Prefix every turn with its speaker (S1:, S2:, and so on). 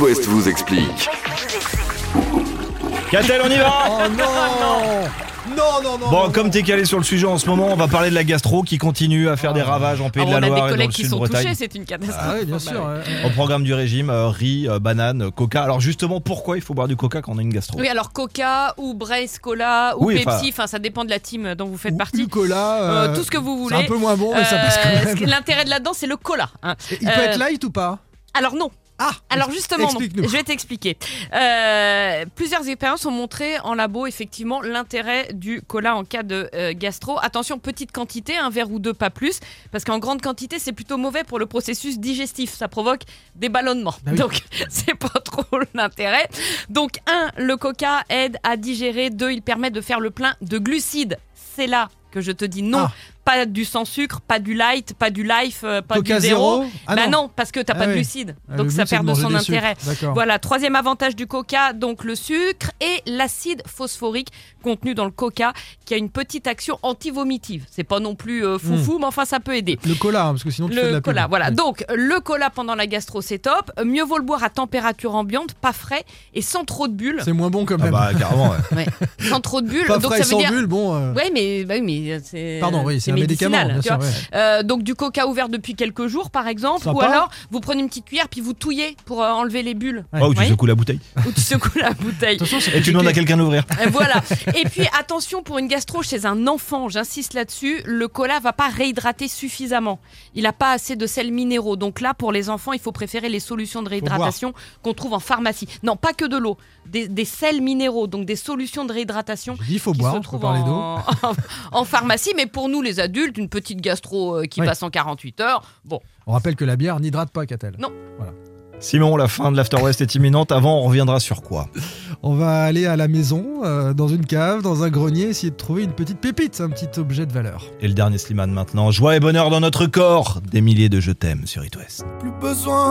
S1: West vous explique.
S2: Catel, on y va
S3: Oh non Non, non, non
S2: Bon, comme t'es calé sur le sujet en ce moment, on va parler de la gastro qui continue à faire des ravages en Pays
S4: Ah,
S2: de la
S4: on a des
S2: Loire et dans
S4: collègues
S2: le
S4: qui
S2: sud de
S4: sont
S2: Bretagne.
S4: touchés, c'est une catastrophe.
S3: Ah oui, bien sûr. ouais.
S2: Au programme du régime, euh, riz, euh, banane, coca. Alors justement, pourquoi il faut boire du coca quand on a une gastro
S4: Oui, alors Coca ou Brace Cola ou
S2: Oui, enfin-
S4: Pepsi, enfin ça dépend de la team dont vous faites
S3: Ou
S4: partie.
S3: Ucola,
S4: Euh,
S3: euh,
S4: tout ce que vous
S3: C'est
S4: voulez.
S3: un peu moins bon, mais ça passe quand
S4: Euh,
S3: même.
S4: ce qui- L'intérêt de là-dedans, c'est le cola. hein.
S3: Et Il peut
S4: euh,
S3: être light ou pas
S4: Alors non.
S3: Ah
S4: Alors justement, non.
S3: Explique-nous.
S4: je vais t'expliquer. Euh, plusieurs expériences ont montré en labo effectivement l'intérêt du cola en cas de euh, gastro. Attention, petite quantité, un verre ou deux, pas plus, parce qu'en grande quantité, c'est plutôt mauvais pour le processus digestif. Ça provoque des ballonnements.
S3: Bah oui.
S4: Donc, c'est pas trop l'intérêt. Donc, un, le coca aide à digérer. Deux, il permet de faire le plein de glucides. C'est là que je te dis non.
S3: Ah.
S4: Pas du sans sucre, pas du light, pas du life, euh, pas
S3: Coca
S4: du zéro.
S3: zéro Ah
S4: bah non. parce que t'as
S3: Ah
S4: pas de
S3: oui.
S4: glucides.
S3: Ah, le
S4: donc
S3: but,
S4: ça
S3: c'est de
S4: perd de
S3: manger
S4: son
S3: des sucres.
S4: intérêt.
S3: D'accord.
S4: Voilà, troisième avantage du coca, donc le sucre et l'acide phosphorique contenu dans le coca qui a une petite action anti-vomitive. C'est pas non plus
S3: Hmm.
S4: euh, foufou, mais enfin ça peut aider.
S3: Le cola, hein, parce que sinon tu fais de
S4: Le
S3: la pub. Hmm.
S4: cola, voilà.
S3: Ouais.
S4: Donc, le cola pendant la gastro, c'est top. Mieux vaut le boire à température ambiante, pas frais et sans trop de bulles.
S3: C'est moins bon quand
S2: Ah
S3: même.
S2: bah carrément. ouais.
S4: Sans trop de bulles.
S3: Pas
S4: donc,
S3: frais et
S4: ça veut
S3: sans
S4: dire.
S3: bulle, bon. euh,
S4: Ouais, mais, bah oui, mais c'est.
S3: Pardon, oui, c'est un médicament, bien
S4: médicinal, tu
S3: sûr.
S4: vois.
S3: ouais.
S4: Euh, donc du coca ouvert depuis quelques jours par exemple ou
S3: Sympa.
S4: alors vous prenez une petite cuillère puis vous touillez pour euh, enlever les bulles
S3: Ouais.
S2: Oh, ou tu
S4: Oui.
S2: secoues la bouteille.
S4: ou tu secoues la bouteille
S3: Attention, c'est
S2: Et tu
S3: compliqué.
S2: demandes à quelqu'un d'ouvrir.
S4: voilà et puis attention pour une gastro chez un enfant j'insiste là-dessus le cola va pas réhydrater suffisamment il n'a pas assez de sels minéraux donc là pour les enfants il faut préférer les solutions de réhydratation qu'on trouve en pharmacie non pas que de l'eau des, des sels minéraux donc des solutions de réhydratation
S3: J'ai dit, Il faut
S4: qui
S3: boire,
S4: se
S3: on peut
S4: trouve
S3: parler d'eau.
S4: en, en pharmacie, mais pour nous les adultes, une petite gastro euh, qui
S3: Oui.
S4: passe en 48 heures, bon,
S3: On rappelle que la bière n'hydrate pas, Catel.
S2: Simon, la fin de l'After West est imminente. Avant, on reviendra sur quoi
S3: On va aller à la maison, euh, dans une cave, dans un grenier, essayer de trouver une petite pépite, un petit objet de valeur.
S2: Et le dernier Slimane maintenant. Joie et bonheur dans notre corps. Des milliers de je t'aime sur It West.
S1: Plus besoin